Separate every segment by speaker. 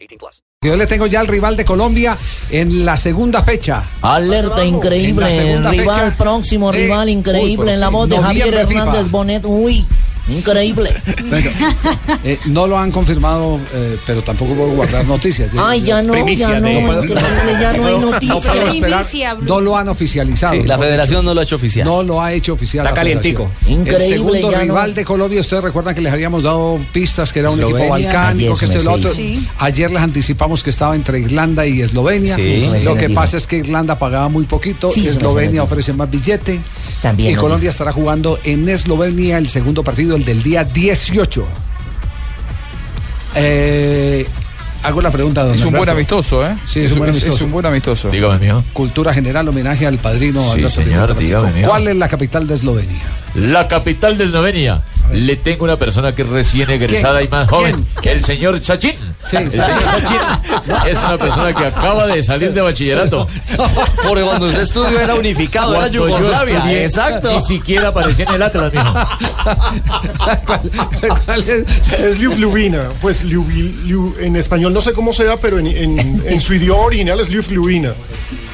Speaker 1: 18 plus.
Speaker 2: Yo le tengo ya al rival de Colombia en la segunda fecha.
Speaker 3: Alerta
Speaker 2: En
Speaker 3: increíble,
Speaker 2: la segunda
Speaker 3: rival
Speaker 2: fecha.
Speaker 3: próximo,
Speaker 2: Sí.
Speaker 3: rival
Speaker 2: Uy,
Speaker 3: increíble
Speaker 2: pero
Speaker 3: en la
Speaker 2: sí,
Speaker 3: voz de Javier
Speaker 2: noviembre FIFA.
Speaker 3: Hernández Bonet. Uy, increíble.
Speaker 2: Bueno, eh, no lo han confirmado, eh, pero tampoco puedo guardar noticias.
Speaker 3: Ay, ya no, ya
Speaker 4: Primicia
Speaker 3: no,
Speaker 4: de-
Speaker 3: increíble, ya no hay
Speaker 2: No
Speaker 3: noticias.
Speaker 2: puedo esperar.
Speaker 5: Primicia, Blue.
Speaker 2: No lo han oficializado.
Speaker 6: Sí, la federación no lo ha hecho oficial.
Speaker 2: No lo ha hecho oficial.
Speaker 6: Está
Speaker 2: la federación.
Speaker 6: calientico.
Speaker 3: Increíble,
Speaker 2: El segundo
Speaker 3: ya no.
Speaker 2: rival de Colombia, ustedes recuerdan que les habíamos dado pistas que era un equipo
Speaker 6: Eslovenia.
Speaker 2: balcánico,
Speaker 3: Ayer
Speaker 2: que esto y lo
Speaker 3: sí.
Speaker 2: otro.
Speaker 5: Sí.
Speaker 2: Ayer les anticipamos que estaba entre Irlanda y Eslovenia.
Speaker 6: Sí, eso
Speaker 3: me
Speaker 2: Lo que
Speaker 3: dijo.
Speaker 2: pasa es que Irlanda pagaba muy poquito,
Speaker 3: Sí, eso me
Speaker 2: Eslovenia
Speaker 3: dijo.
Speaker 2: ofrece más billete.
Speaker 3: También,
Speaker 2: Y
Speaker 3: ¿no?
Speaker 2: Colombia estará jugando en Eslovenia el segundo partido, el del día 18. Eh, hago la pregunta, don
Speaker 7: Es un buen
Speaker 2: Alberto.
Speaker 7: amistoso, ¿eh?
Speaker 2: Sí, es un buen amistoso.
Speaker 7: Es un buen amistoso.
Speaker 8: Dígame, mijo.
Speaker 2: Cultura general, homenaje al padrino.
Speaker 8: Sí,
Speaker 2: Alberto
Speaker 8: señor,
Speaker 2: Felipe
Speaker 8: dígame,
Speaker 2: Pacheco.
Speaker 8: mijo.
Speaker 2: ¿Cuál es la capital de Eslovenia?
Speaker 8: La capital de Eslovenia. Le tengo una persona que es recién egresada y más joven. El señor Sachin.
Speaker 2: Sí.
Speaker 8: el señor Sachin es una persona que acaba de salir de bachillerato.
Speaker 6: Porque cuando usted estudió era unificado, era
Speaker 8: Cuando yo
Speaker 6: Yugoslavia.
Speaker 8: estudié,
Speaker 6: Exacto.
Speaker 8: Ni siquiera aparecía en el Atlas, mijo.
Speaker 2: ¿Cuál- cuál es?
Speaker 9: Es Ljubljana, pues Ljubil- Lju- en español no sé cómo sea, pero en, en- en su idioma original es Ljubljana.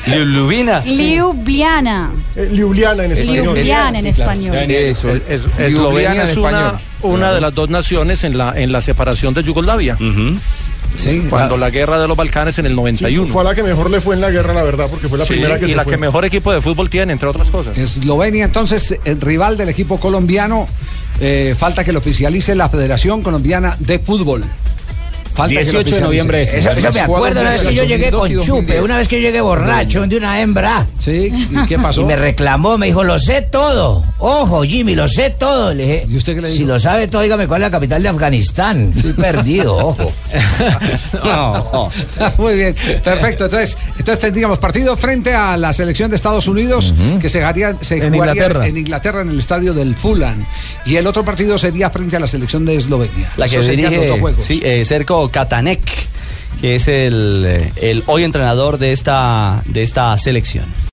Speaker 6: Lubina.
Speaker 5: Ljubljana.
Speaker 9: Eh, Ljubljana en español.
Speaker 5: Ljubljana en español.
Speaker 7: Eso.
Speaker 10: pues, Es-
Speaker 7: Ljubljana
Speaker 10: Eslovenia
Speaker 7: en
Speaker 10: es
Speaker 7: español.
Speaker 10: una, una de las dos naciones en la, en la separación de Yugoslavia,
Speaker 2: Sí,
Speaker 10: cuando
Speaker 2: la-
Speaker 10: la guerra de los Balcanes en el
Speaker 9: Sí,
Speaker 10: 91.
Speaker 9: fue a la que mejor le fue en la guerra, la verdad, porque fue la
Speaker 10: Sí,
Speaker 9: primera que
Speaker 10: y
Speaker 9: se
Speaker 10: la
Speaker 9: fue.
Speaker 10: que mejor equipo de fútbol tiene, entre otras cosas.
Speaker 2: Eslovenia, entonces, el rival del equipo colombiano. eh, falta que lo oficialice la Federación Colombiana de Fútbol. Falta que lo
Speaker 6: 18 de noviembre es.
Speaker 2: oficialice.
Speaker 3: Esa, esa me acuerdo una vez que yo llegué con chupe, una vez que yo llegué borracho de una hembra.
Speaker 2: Sí, ¿y qué pasó?
Speaker 3: Y me reclamó, me dijo, lo sé todo. Ojo, Jimmy, lo sé todo. Le dije,
Speaker 2: ¿Y usted qué le
Speaker 3: si
Speaker 2: dijo?
Speaker 3: lo sabe todo, dígame cuál es la capital de Afganistán. Estoy perdido, ojo.
Speaker 2: Muy bien, perfecto. Entonces, entonces tendríamos partido frente a la selección de Estados Unidos que se, jugaría, se
Speaker 6: En
Speaker 2: jugaría
Speaker 6: Inglaterra.
Speaker 2: en Inglaterra en el estadio del Fulham y el otro partido sería frente a la selección de Eslovenia.
Speaker 6: La que
Speaker 2: Eso serían los dos
Speaker 6: dirige
Speaker 2: juegos.
Speaker 6: sí, eh, Serko Katanek, que es el, eh, el hoy entrenador de esta, de esta selección.